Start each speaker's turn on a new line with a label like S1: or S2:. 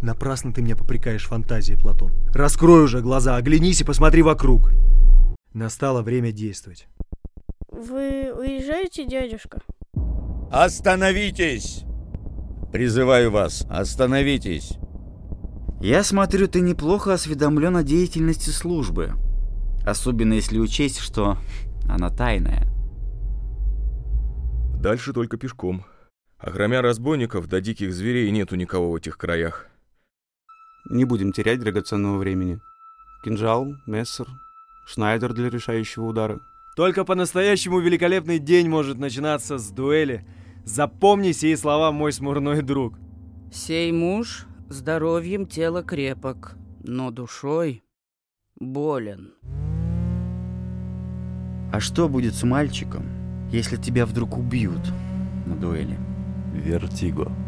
S1: Напрасно ты меня попрекаешь фантазией, Платон. Раскрой уже глаза, оглянись и посмотри вокруг. Настало время действовать.
S2: Вы уезжаете, дядюшка?
S3: Остановитесь! Призываю вас, остановитесь.
S4: Я смотрю, ты неплохо осведомлен о деятельности службы. Особенно если учесть, что она тайная.
S5: Дальше только пешком. А громя разбойников до диких зверей нету никого в этих краях.
S6: Не будем терять драгоценного времени. Кинжал, мессер, Шнайдер для решающего удара.
S7: Только по-настоящему великолепный день может начинаться с дуэли. Запомни сие слова, мой смурной друг.
S8: Сей муж здоровьем тело крепок, но душой болен.
S4: А что будет с мальчиком, если тебя вдруг убьют на дуэли?
S9: Вертиго.